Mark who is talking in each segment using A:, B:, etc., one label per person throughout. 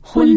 A: 婚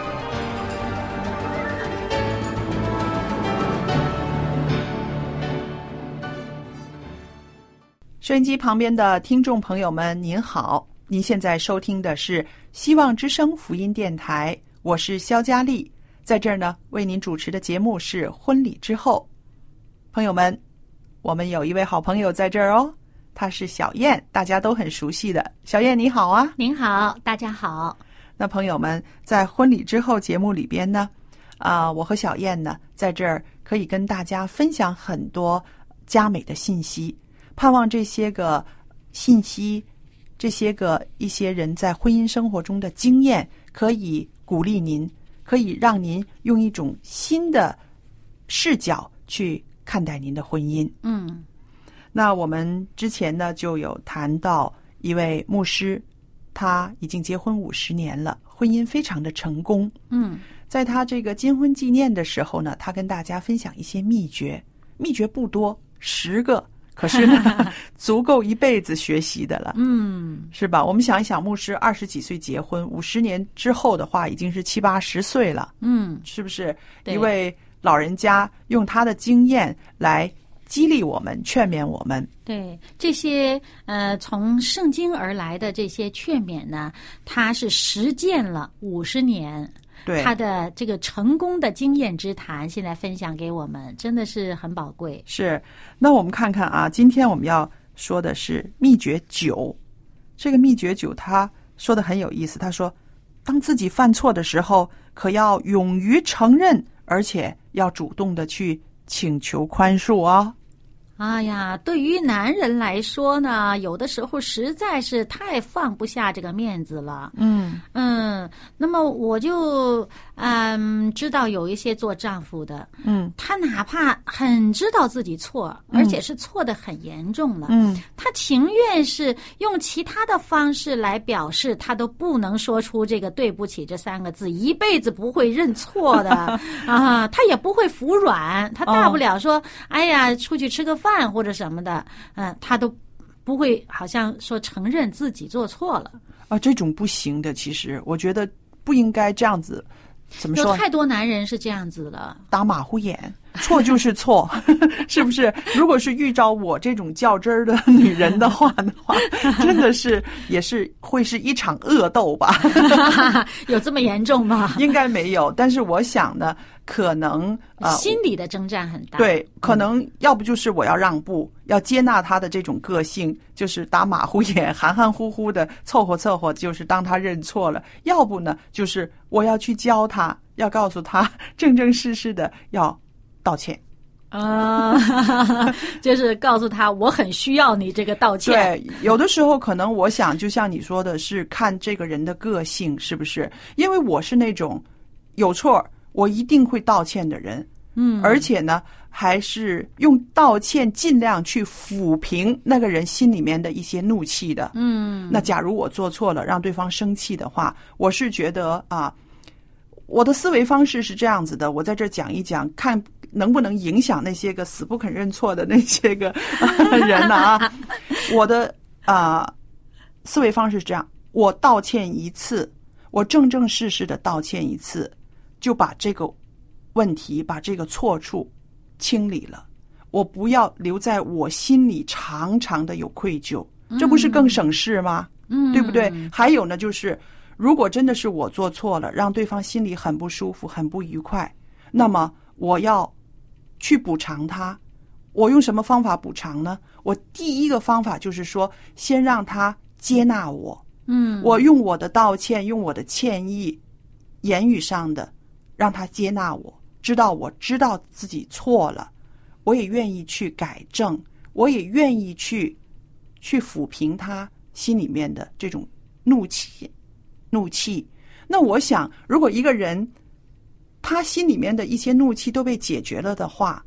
B: 收音机旁边的听众朋友们，您好！您现在收听的是希望之声福音电台，我是肖佳丽，在这儿呢为您主持的节目是《婚礼之后》。朋友们，我们有一位好朋友在这儿哦，她是小燕，大家都很熟悉的。小燕你好啊！
A: 您好，大家好。
B: 那朋友们，在婚礼之后节目里边呢，啊、我和小燕呢，在这儿可以跟大家分享很多佳美的信息，盼望这些个信息，这些个一些人在婚姻生活中的经验，可以鼓励您，可以让您用一种新的视角去看待您的婚姻。
A: 嗯，
B: 那我们之前呢就有谈到一位牧师，他已经结婚五十年了，婚姻非常的成功。
A: 嗯，
B: 在他这个金婚纪念的时候呢，他跟大家分享一些秘诀，秘诀不多，十个，可是呢足够一辈子学习的了，
A: 嗯，
B: 是吧？我们想一想，牧师二十几岁结婚，五十年之后的话，已经是七八十岁了。
A: 嗯，
B: 是不是？
A: 对
B: 一位老人家用他的经验来激励我们、劝勉我们。
A: 对，这些呃，从圣经而来的这些劝勉呢，他是实践了五十年，
B: 对，
A: 他的这个成功的经验之谈，现在分享给我们，真的是很宝贵。
B: 是。那我们看看啊，今天我们要说的是秘诀九。这个秘诀九，他说的很有意思。他说，当自己犯错的时候，可要勇于承认，而且要主动的去请求宽恕啊。
A: 哎呀，对于男人来说呢，有的时候实在是太放不下这个面子了。
B: 嗯，
A: 嗯，那么我就嗯知道有一些做丈夫的，
B: 嗯
A: 他哪怕很知道自己错，而且是错的很严重了，
B: 嗯，
A: 他情愿是用其他的方式来表示，他都不能说出这个“对不起”这三个字，一辈子不会认错的 啊，他也不会服软，他
B: 哦
A: 大不了说，哎呀，出去吃个饭或者什么的，嗯、他都不会好像说承认自己做错了。
B: 啊，这种不行的，其实我觉得不应该这样子。怎么
A: 有
B: 说？
A: 太多男人是这样子的，
B: 打马虎眼，错就是错， 是不是？如果是遇到我这种较真儿的女人的话的话，真的是也是会是一场恶斗吧？
A: 有这么严重 吗？
B: 应该没有，但是我想呢，可能呃，
A: 心理的征战很大。，
B: 对，可能要不就是我要让步，要接纳他的这种个性，就是打马虎眼、含含糊糊的凑合凑合，就是当他认错了；要不呢，就是我要去教他，要告诉他正正式式的要道歉。
A: 啊、 就是告诉他我很需要你这个道歉。
B: 对，有的时候可能我想，就像你说的是，看这个人的个性是不是？因为我是那种有错儿我一定会道歉的人，
A: 嗯，
B: 而且呢，还是用道歉尽量去抚平那个人心里面的一些怒气的。
A: 嗯，
B: 那假如我做错了，让对方生气的话，我是觉得啊，我的思维方式是这样子的。我在这儿讲一讲，看能不能影响那些个死不肯认错的那些个人呢啊？我的啊、思维方式是这样：我道歉一次，我正正式式的道歉一次，就把这个问题、把这个错处清理了。我不要留在我心里长长的有愧疚，这不是更省事吗？
A: 嗯，
B: 对不对？还有呢，就是如果真的是我做错了，让对方心里很不舒服、很不愉快，那么我要去补偿他。我用什么方法补偿呢？我第一个方法就是说，先让他接纳我，
A: 嗯，
B: 我用我的道歉，用我的歉意，言语上的，让他接纳我，知道我知道自己错了，我也愿意去改正，我也愿意去去抚平他心里面的这种怒气，怒气。那我想，如果一个人他心里面的一些怒气都被解决了的话，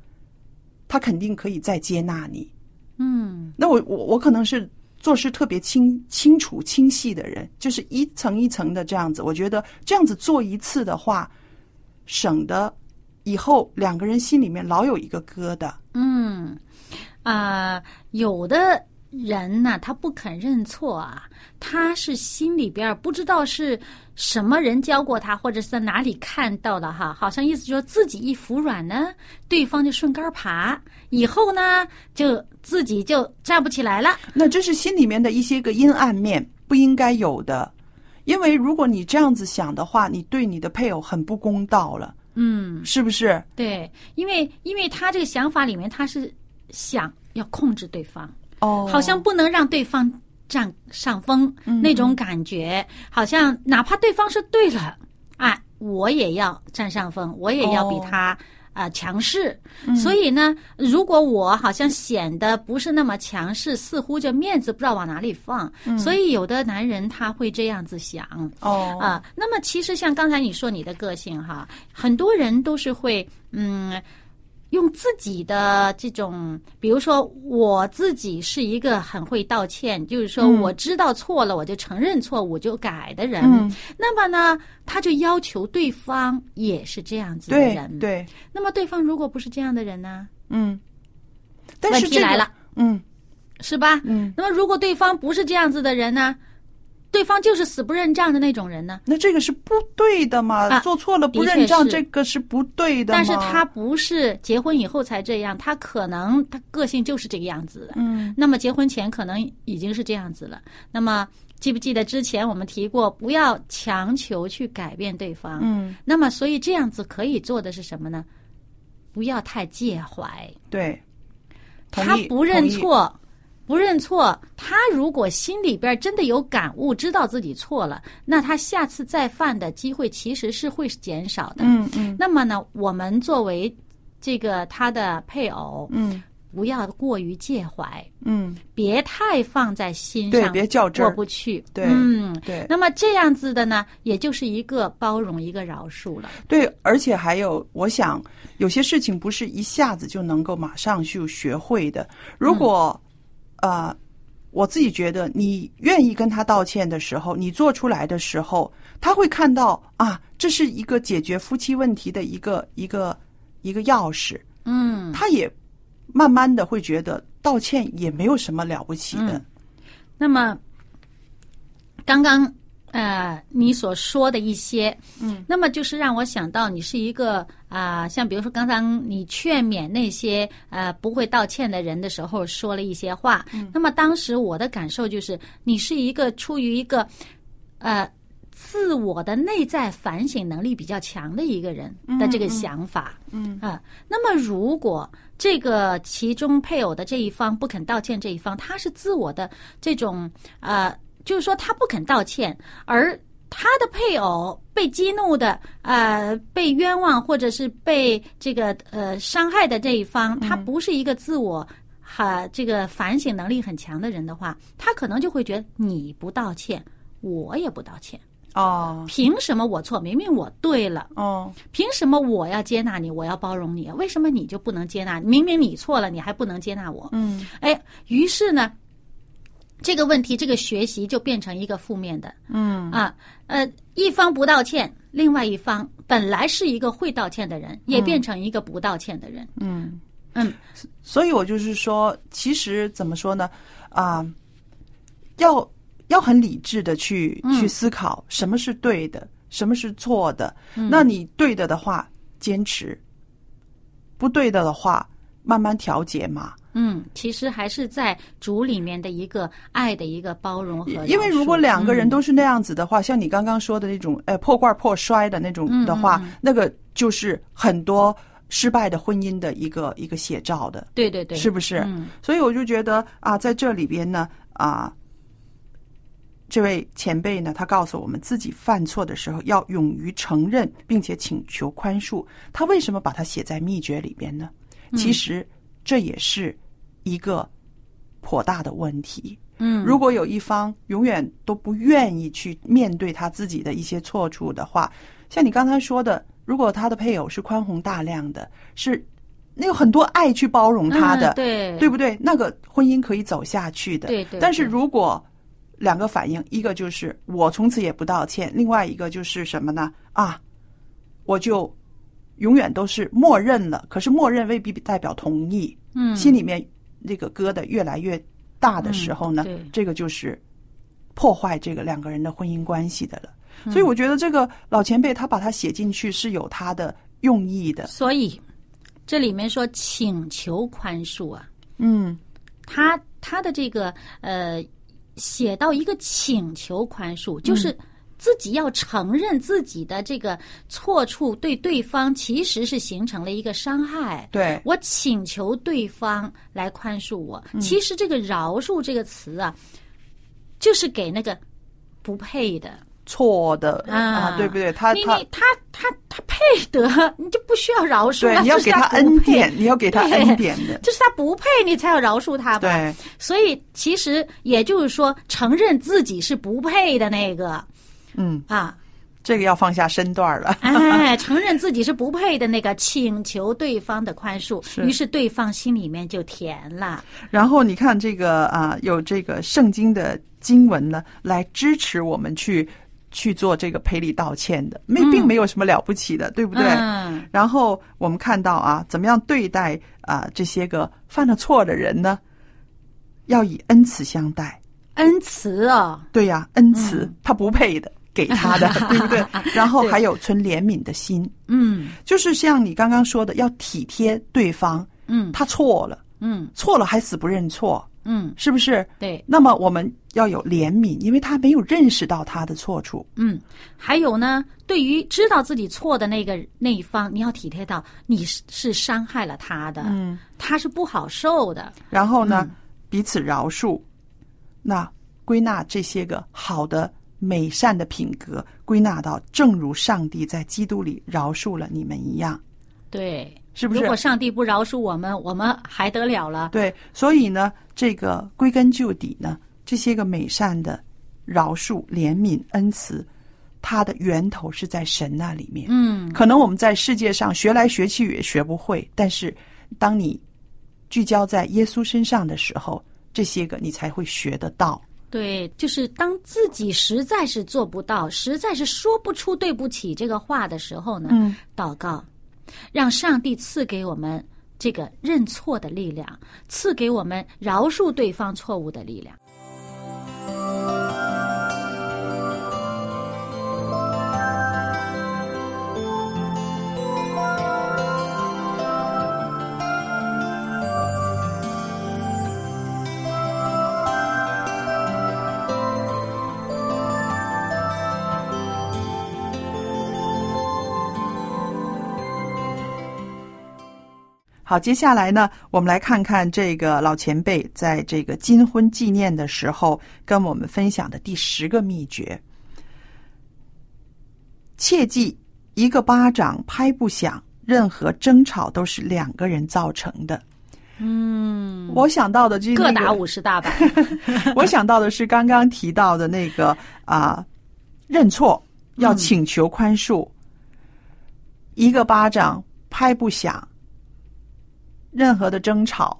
B: 他肯定可以再接纳你。
A: 嗯
B: 那我我我可能是做事特别清清楚清晰的人，就是一层一层的这样子。我觉得这样子做一次的话，省得以后两个人心里面老有一个疙瘩。
A: 嗯，啊、有的人呢、他不肯认错啊，他是心里边儿不知道是什么人教过他，或者是在哪里看到的哈，好像意思说自己一服软呢，对方就顺杆儿爬，以后呢就自己就站不起来了。
B: 那这是心里面的一些个阴暗面，不应该有的。因为如果你这样子想的话，你对你的配偶很不公道了，
A: 嗯，
B: 是不是？
A: 对，因为因为他这个想法里面，他是想要控制对方，
B: 哦嗯
A: 好像不能让对方占上风、那种感觉，好像哪怕对方是对了，哎，我也要占上风，我也要比
B: 哦嗯
A: 他。啊、强势，所以呢，如果我好像显得不是那么强势，似乎这面子不知道往哪里放，
B: 嗯
A: 所以有的男人他会这样子想，
B: 哦
A: 啊、那么其实像刚才你说你的个性哈，很多人都是会嗯。用自己的这种，比如说我自己是一个很会道歉，就是说我知道错了，我就承认错误，我就改的人。
B: 嗯
A: 那么呢，他就要求对方也是这样子的
B: 对
A: 人。
B: 对，
A: 那么对方如果不是这样的人呢？
B: 嗯。但是
A: 问题
B: 这个
A: 来了，，
B: 嗯
A: 是吧？
B: 嗯，
A: 那么如果对方不是这样子的人呢？对方就是死不认账的那种人呢？
B: 那这个是不对的嘛？
A: 啊
B: 做错了不
A: 的确
B: 认账，
A: 是
B: 这个是不对的嘛。
A: 但是他不是结婚以后才这样，他可能他个性就是这个样子的。
B: 嗯，
A: 那么结婚前可能已经是这样子了。那么记不记得之前我们提过，不要强求去改变对方。
B: 嗯，
A: 那么所以这样子可以做的是什么呢？不要太介怀。
B: 对，同
A: 他
B: 意
A: 不认，
B: 同意
A: 错，不认错，他如果心里边真的有感悟，知道自己错了，那他下次再犯的机会其实是会减少的。
B: 嗯嗯
A: 那么呢，我们作为这个他的配偶，
B: 嗯
A: 不要过于介怀，
B: 嗯，
A: 别太放在心
B: 对，
A: 上，
B: 别较真
A: 过
B: 儿，
A: 不去。
B: 对
A: 嗯，
B: 对
A: 那么这样子的呢，也就是一个包容，一个饶恕了。
B: 对，而且还有，我想有些事情不是一下子就能够马上就学会的。如果，
A: 嗯
B: 呃，我自己觉得你愿意跟他道歉的时候，你做出来的时候，他会看到啊，这是一个解决夫妻问题的一个一个一个钥匙。
A: 嗯，
B: 他也慢慢的会觉得道歉也没有什么了不起的。
A: 那么刚刚呃你所说的一些，嗯，那么就是让我想到你是一个啊、像比如说刚刚你劝勉那些呃不会道歉的人的时候说了一些话，那么当时我的感受就是你是一个出于一个呃。自我的内在反省能力比较强的一个人的这个想法，嗯啊，那么如果这个其中配偶的这一方不肯道歉，这一方他是自我的这种呃，就是说他不肯道歉，而他的配偶被激怒的呃，被冤枉或者是被这个呃伤害的这一方，他不是一个自我。哈、这个反省能力很强的人的话，他可能就会觉得你不道歉，我也不道歉，
B: 哦
A: 凭什么我错？明明我对了，
B: 哦，
A: 凭什么我要接纳你，我要包容你？啊为什么你就不能接纳？明明你错了，你还不能接纳我？
B: 嗯
A: 哎，于是呢，这个问题，这个学习就变成一个负面的。
B: 嗯
A: 啊，呃，一方不道歉，另外一方本来是一个会道歉的人，也变成一个不道歉的人。
B: 嗯
A: 嗯，
B: 所以我就是说，其实怎么说呢？啊、要要很理智的去、去思考什么是对的，什么是错的。那你对的的话，坚持；不对的的话，慢慢调节嘛。
A: 嗯，其实还是在主里面的一个爱的一个包容和饶嗯恕。
B: 因为如果两个人都是那样子的话，像你刚刚说的那种，呃，破罐破摔的那种的
A: 嗯
B: 话，那个就是很多失败的婚姻的一个一个写照的。
A: 对对对，
B: 是不是？
A: 嗯
B: 所以我就觉得啊，在这里边呢，啊，这位前辈呢，他告诉我们自己犯错的时候要勇于承认，并且请求宽恕。他为什么把它写在秘诀里边呢？
A: 嗯
B: 其实这也是一个颇大的问题。
A: 嗯，
B: 如果有一方永远都不愿意去面对他自己的一些错处的话，像你刚才说的，如果他的配偶是宽宏大量的，是那有很多爱去包容他的，
A: 嗯对
B: 对不对？那个婚姻可以走下去的。
A: 对对
B: 但是
A: 对
B: 如果两个反应，一个就是我从此也不道歉，另外一个就是什么呢？啊，我就永远都是默认了，可是默认未必代表同意。
A: 嗯
B: 心里面那个疙瘩越来越大的时候呢，
A: 嗯对
B: 这个就是破坏这个两个人的婚姻关系的了。
A: 嗯
B: 所以我觉得这个老前辈他把它写进去是有他的用意的。
A: 所以这里面说请求宽恕啊，
B: 嗯
A: 他他的这个呃，写到一个请求宽
B: 嗯
A: 恕，就是自己要承认自己的这个错处，对对方其实是形成了一个伤害。
B: 对嗯
A: 我请求对方来宽恕我。其实这个“饶恕”这个词啊，就是给那个不配的
B: 错的啊，对不对？他
A: 你
B: 他
A: 你他他他配得，你就不需要饶恕
B: 对
A: 了。
B: 你要
A: 就是
B: 给他
A: 不
B: 恩
A: 配
B: 典，你要给他
A: 对
B: 恩典的。
A: 就是他不配，你才要饶恕他吧。
B: 对，
A: 所以其实也就是说，承认自己是不配的那个
B: 嗯，
A: 啊，
B: 这个要放下身段了。
A: 哎，承认自己是不配的那个，请求对方的宽恕，于是对方心里面就甜了。
B: 然后你看这个啊，有这个圣经的经文呢，来支持我们去去做这个赔礼道歉的，没并没有什么了不起的，对不对？
A: 嗯
B: 然后我们看到啊，怎么样对待啊、这些个犯了错的人呢？要以恩慈相待。
A: 恩慈哦，
B: 对呀、恩慈、
A: 嗯
B: 他不配的，给他的，对不对？ 然后还有存怜悯的心，
A: 嗯
B: 就是像你刚刚说的，要体贴对方。
A: 嗯
B: 他错了，
A: 嗯
B: 错了还死不认错，
A: 嗯，
B: 是不是？
A: 对，
B: 那么我们要有怜悯，因为他没有认识到他的错处。
A: 嗯，还有呢，对于知道自己错的那个那一方，你要体贴到你是是伤害了他的，嗯，他是不好受的，
B: 然后呢，彼此饶恕，那归纳这些个好的美善的品格，归纳到正如上帝在基督里饶恕了你们一样，
A: 对。
B: 是不是
A: 如果？上帝不饶恕我们，我们还得了了？
B: 对，所以呢，这个归根究底呢，这些个美善的饶恕、怜悯、恩慈，它的源头是在神那里面。
A: 嗯，
B: 可能我们在世界上学来学去也学不会，但是当你聚焦在耶稣身上的时候，这些个你才会学得到。
A: 对，就是当自己实在是做不到，实在是说不出对不起这个话的时候呢，
B: 嗯
A: 祷告，让上帝赐给我们这个认错的力量，赐给我们饶恕对方错误的力量。
B: 好，接下来呢，我们来看看这个老前辈在这个金婚纪念的时候跟我们分享的第十个秘诀：切记，一个巴掌拍不响，任何争吵都是两个人造成的。嗯，我想到的就是、那
A: 各
B: 个、
A: 打五十大板，
B: 我想到的是刚刚提到的那个啊、认错要请求宽恕，一个巴掌拍不响，任何的争吵、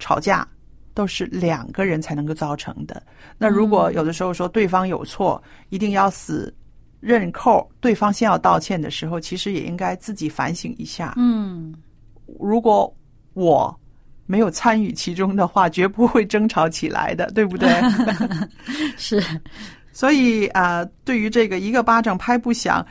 B: 吵架都是两个人才能够造成的。那如果有的时候说对方有错，一定要死认扣，对方先要道歉的时候，其实也应该自己反省一下。
A: 嗯，
B: 如果我没有参与其中的话，绝不会争吵起来的，对不对？
A: 是，
B: 所以啊、呃对于这个一个巴掌拍不响，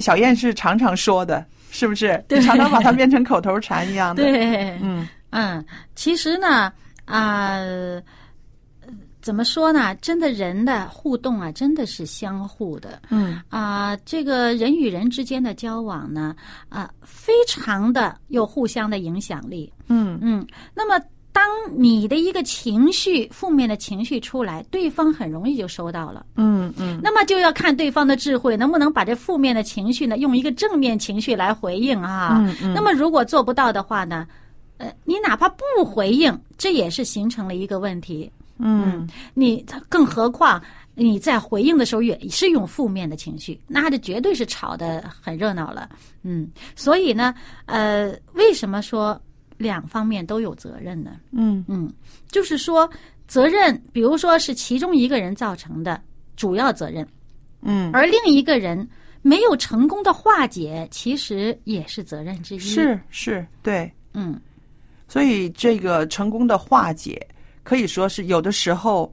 B: 小燕是常常说的，是不是？
A: 对
B: 常常把它变成口头禅一样的。
A: 对，
B: 嗯
A: 嗯，其实呢，啊、呃怎么说呢？真的人的互动啊，真的是相互的。
B: 嗯
A: 啊、这个人与人之间的交往呢，啊、非常的有互相的影响力。
B: 嗯
A: 嗯，那么当你的一个情绪负面的情绪出来，对方很容易就收到了。
B: 嗯嗯，
A: 那么就要看对方的智慧，能不能把这负面的情绪呢，用一个正面情绪来回应啊。
B: 嗯嗯
A: 那么如果做不到的话呢，呃，你哪怕不回应，这也是形成了一个问题。
B: 嗯
A: 你更何况你在回应的时候也是用负面的情绪，那这绝对是吵得很热闹了。嗯，所以呢，呃，为什么说两方面都有责任呢？
B: 嗯
A: 嗯，就是说责任，比如说是其中一个人造成的主要责任，
B: 嗯，
A: 而另一个人没有成功的化解，其实也是责任之一。，
B: 是是，对。
A: 嗯，
B: 所以这个成功的化解，可以说是有的时候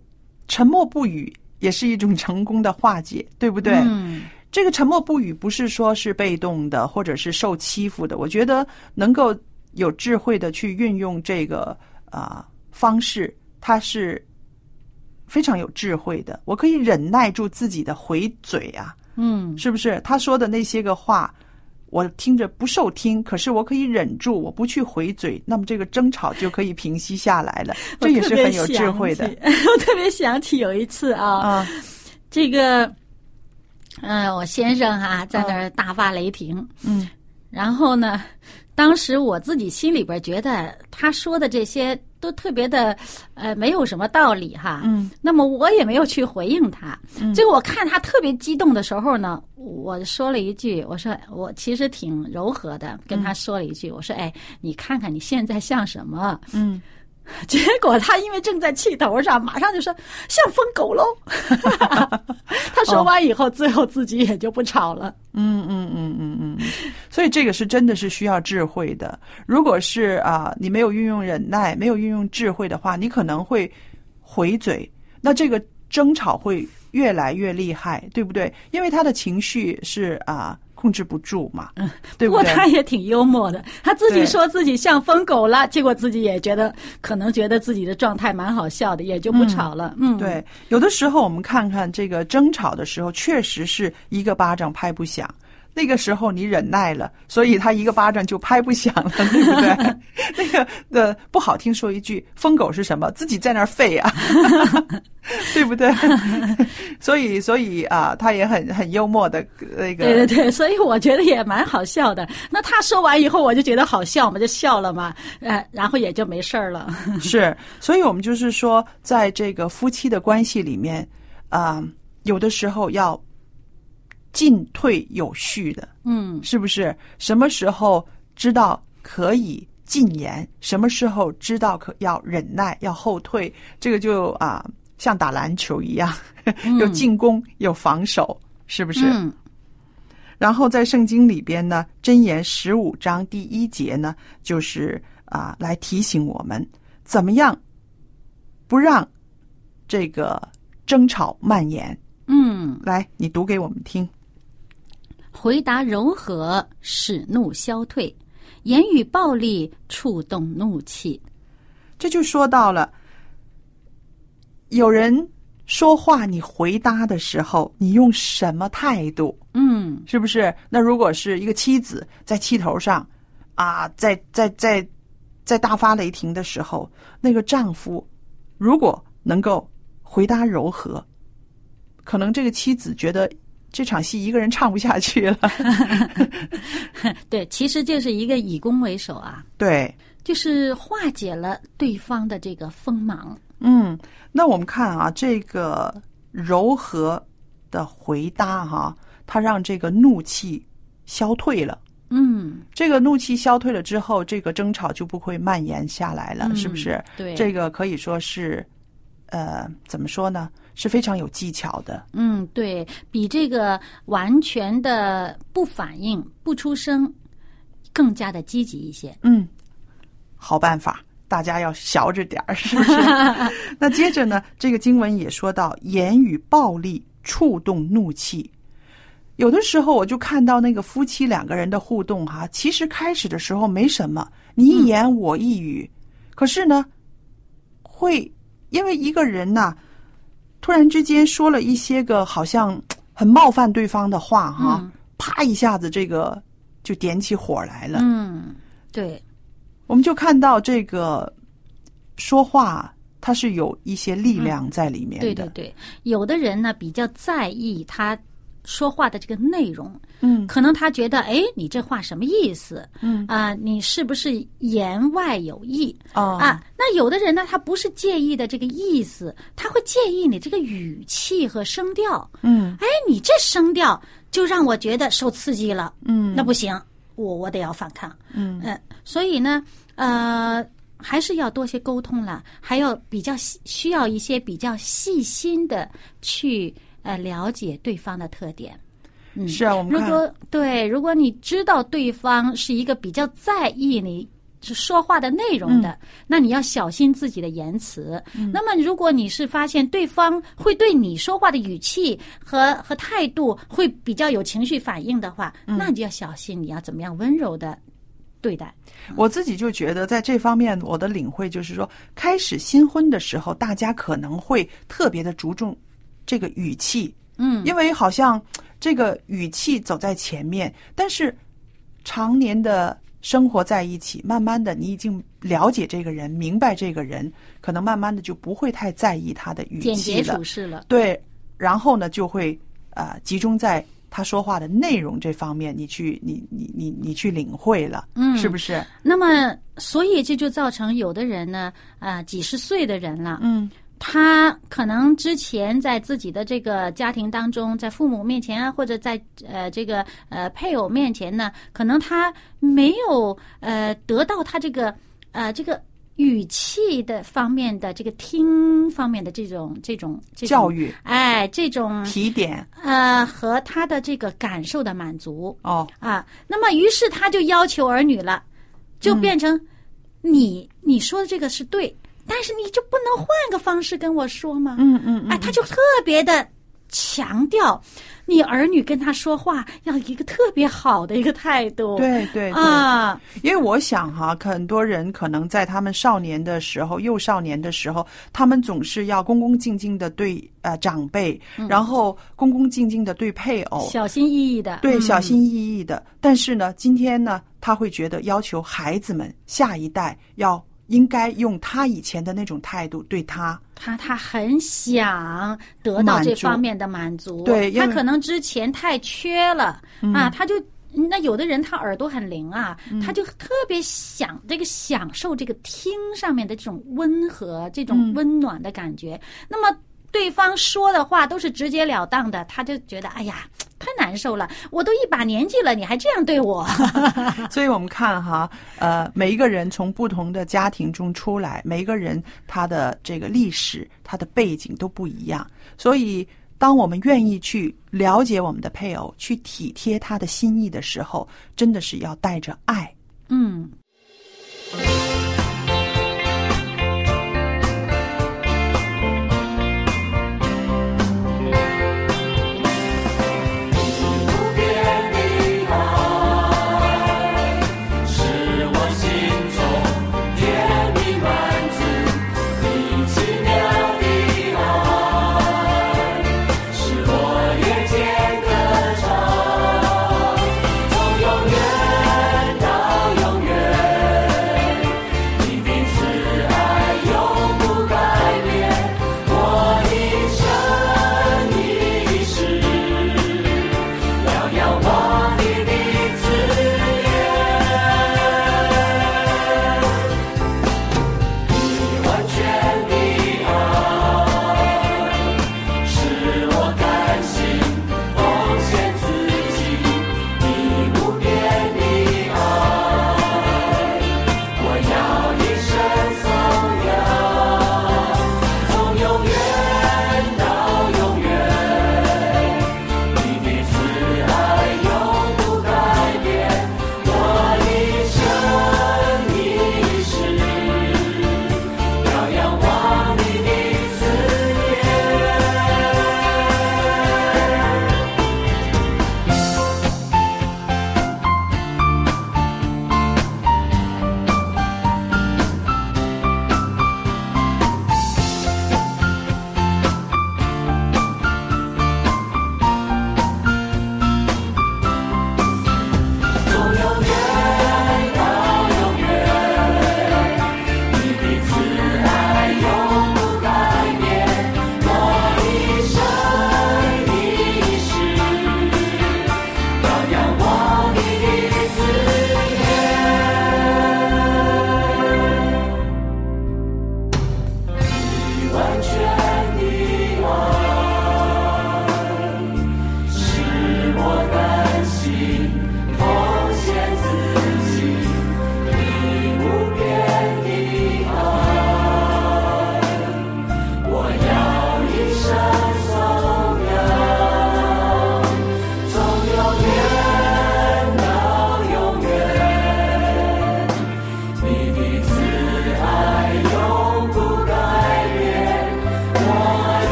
B: 沉默不语也是一种成功的化解，对不对？
A: 嗯，
B: 这个沉默不语不是说是被动的，或者是受欺负的。我觉得能够有智慧的去运用这个啊、方式，它是非常有智慧的。我可以忍耐住自己的回嘴啊，
A: 嗯，
B: 是不是？他说的那些个话，我听着不受听，可是我可以忍住，我不去回嘴，那么这个争吵就可以平息下来了。这也是很有智慧的
A: 我特别想起 我特别想起有一次啊，
B: 啊！
A: 这个，嗯、我先生哈、在那儿大发雷霆，
B: 啊嗯
A: 然后呢，当时我自己心里边觉得他说的这些都特别的，呃，没有什么道理哈。
B: 嗯。
A: 那么我也没有去回应他。结果我看他特别激动的时候呢，我说了一句，我说我其实挺柔和的，跟
B: 嗯
A: 他说了一句，我说哎，你看看你现在像什么？
B: 嗯，
A: 结果他因为正在气头上，马上就说像疯狗喽。 他说完以后，最后自己也就不吵了。
B: 嗯嗯嗯嗯嗯，嗯，所以这个是真的是需要智慧的。如果是啊，你没有运用忍耐，没有运用智慧的话，你可能会回嘴，那这个争吵会越来越厉害，对不对？因为他的情绪是啊控制不住嘛，对
A: 嗯不
B: 不
A: 过
B: 对？
A: 他也挺幽默的，他自己
B: 对
A: 说自己像疯狗了，结果自己也觉得可能觉得自己的状态蛮好笑的，也就不吵了。嗯，，
B: 对，有的时候我们看看这个争吵的时候，确实是一个巴掌拍不响。那个时候你忍耐了，所以他一个巴掌就拍不响了，对不对？ 那个的不好听说一句，疯狗是什么？自己在那儿吠啊， 对不对？ 所以，所以啊，他也很很幽默的呃那个，
A: 对对对，所以我觉得也蛮好笑的。那他说完以后，我就觉得好笑嘛，就笑了嘛，呃，然后也就没事儿了。
B: 是，所以我们就是说，在这个夫妻的关系里面，啊、有的时候要进退有序的，
A: 嗯
B: 是不是？什么时候知道可以禁言，什么时候知道可要忍耐、要后退，这个就啊、像打篮球一样， 有进攻有防守，是不是？
A: 嗯
B: 然后在圣经里边呢，《箴言》十五章第一节呢，就是啊，来提醒我们怎么样不让这个争吵蔓延。
A: 嗯，
B: 来，你读给我们听。
A: 回答柔和，使怒消退；言语暴力触动怒气。
B: 这就说到了，有人说话，你回答的时候，你用什么态度？
A: 嗯
B: 是不是？那如果是一个妻子在气头上，啊，在在在在大发雷霆的时候，那个丈夫如果能够回答柔和，可能这个妻子觉得这场戏一个人唱不下去了。
A: 对，其实就是一个以攻为守啊。
B: 对，
A: 就是化解了对方的这个锋芒。
B: 嗯，那我们看啊，这个柔和的回答哈、它让这个怒气消退了。
A: 嗯，
B: 这个怒气消退了之后，这个争吵就不会蔓延下来了，
A: 嗯
B: 是不是？
A: 对
B: 这个可以说是呃，怎么说呢，是非常有技巧的。
A: 嗯，对比这个完全的不反应、不出声，更加的积极一些。
B: 嗯，好办法，大家要小着点儿，是不是？那接着呢，这个经文也说到言语暴力触动怒气。有的时候我就看到那个夫妻两个人的互动哈、其实开始的时候没什么，你一言我一语，可是呢，会因为一个人呐、突然之间说了一些个好像很冒犯对方的话哈、
A: 嗯
B: 啪一下子这个就点起火来了。
A: 嗯，对，
B: 我们就看到这个说话，它是有一些力量在里面的。
A: 对对对，有的人呢比较在意他说话的这个内容，
B: 嗯
A: 可能他觉得，哎，你这话什么意思？
B: 嗯
A: 啊、你是不是言外有意？
B: 啊
A: 啊，那有的人呢，他不是介意的这个意思，他会介意你这个语气和声调。
B: 嗯
A: 哎，你这声调就让我觉得受刺激了，
B: 嗯
A: 那不行，我我得要反抗。
B: 嗯
A: 嗯，所以呢，呃，还是要多些沟通了，还要比较细需要一些比较细心的去呃了解对方的特点。嗯，
B: 是啊，我们
A: 如
B: 看
A: 果对，如果你知道对方是一个比较在意你说话的内容
B: 嗯
A: 的，那你要小心自己的言辞。那么，如果你是发现对方会对你说话的语气和和态度会比较有情绪反应的话，
B: 嗯
A: 那你就要小心，你要怎么样温柔的对待。
B: 我自己就觉得，在这方面我的领会就是说，开始新婚的时候，大家可能会特别的注重这个语气，
A: 嗯，
B: 因为好像这个语气走在前面，但是常年的生活在一起，慢慢的你已经了解这个人，明白这个人，可能慢慢的就不会太在意他的语
A: 简
B: 气
A: 洁
B: 了
A: 处，事了。
B: 对，然后呢就会呃集中在他说话的内容这方面，你去你你你你去领会了，
A: 嗯
B: 是不是？
A: 那么，所以这就造成有的人呢，啊、几十岁的人了，
B: 嗯
A: 他可能之前在自己的这个家庭当中，在父母面前啊，或者在呃这个呃配偶面前呢，可能他没有呃得到他这个呃这个语气的方面的这个听方面的这种这种这种
B: 教，育
A: 哎，这种
B: 提点
A: 呃和他的这个感受的满足，
B: 哦，
A: 啊，那么于是他就要求儿女了，就
B: 嗯
A: 变成你、你说的这个是对，但是你就不能换个方式跟我说吗？
B: 嗯嗯
A: 哎，他就特别的强调，你儿女跟他说话要一个特别好的一个态度。
B: 对对对。
A: 啊，
B: 因为我想哈、很多人可能在他们少年的时候、幼少年的时候，他们总是要恭恭敬敬的对呃长辈，然后恭恭敬敬的对配偶，
A: 小心翼翼的，
B: 哦对
A: 嗯
B: 小心翼翼的。但是呢，今天呢，他会觉得要求孩子们下一代要应该用他以前的那种态度对他，
A: 他他很想得到这方面的满足，
B: 对因为嗯
A: 他可能之前太缺了、啊，他就那有的人他耳朵很灵啊，他就特别想这个享受这个听上面的这种温和、这
B: 嗯
A: 种温暖的感觉。那么对方说的话都是直截了当的，他就觉得哎呀。太难受了，我都一把年纪了，你还这样对我？
B: 所以我们看哈，呃，每一个人从不同的家庭中出来，每一个人他的这个历史、他的背景都不一样，所以当我们愿意去了解我们的配偶，去体贴他的心意的时候，真的是要带着爱。
A: 嗯，
C: 是我心中甜蜜满足，你奇妙的爱，使我夜间歌唱，从永远到永远。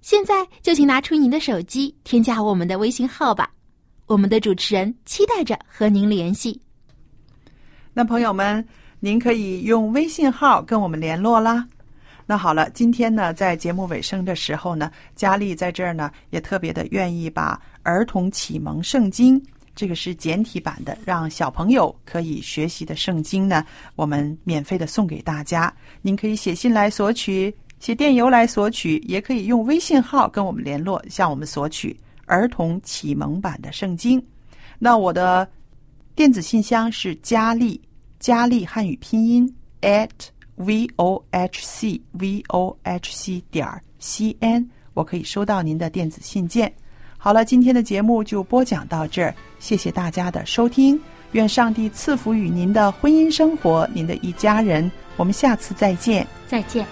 D: 现在就请拿出您的手机，添加我们的微信号吧。我们的主持人期待着和您联系。
B: 那朋友们，您可以用微信号跟我们联络啦。那好了，今天呢，在节目尾声的时候呢，佳丽在这儿呢也特别的愿意把《儿童启蒙圣经》这个是简体版的，让小朋友可以学习的圣经呢，我们免费的送给大家。您可以写信来索取，写电邮来索取，也可以用微信号跟我们联络，向我们索取《儿童启蒙版的圣经》。那我的电子信箱是佳丽，佳丽汉语拼音 at v o h c v o h c 点儿 c n，我可以收到您的电子信件。好了，今天的节目就播讲到这儿，谢谢大家的收听，愿上帝赐福与您的婚姻生活，您的一家人，我们下次再见。
A: 再见。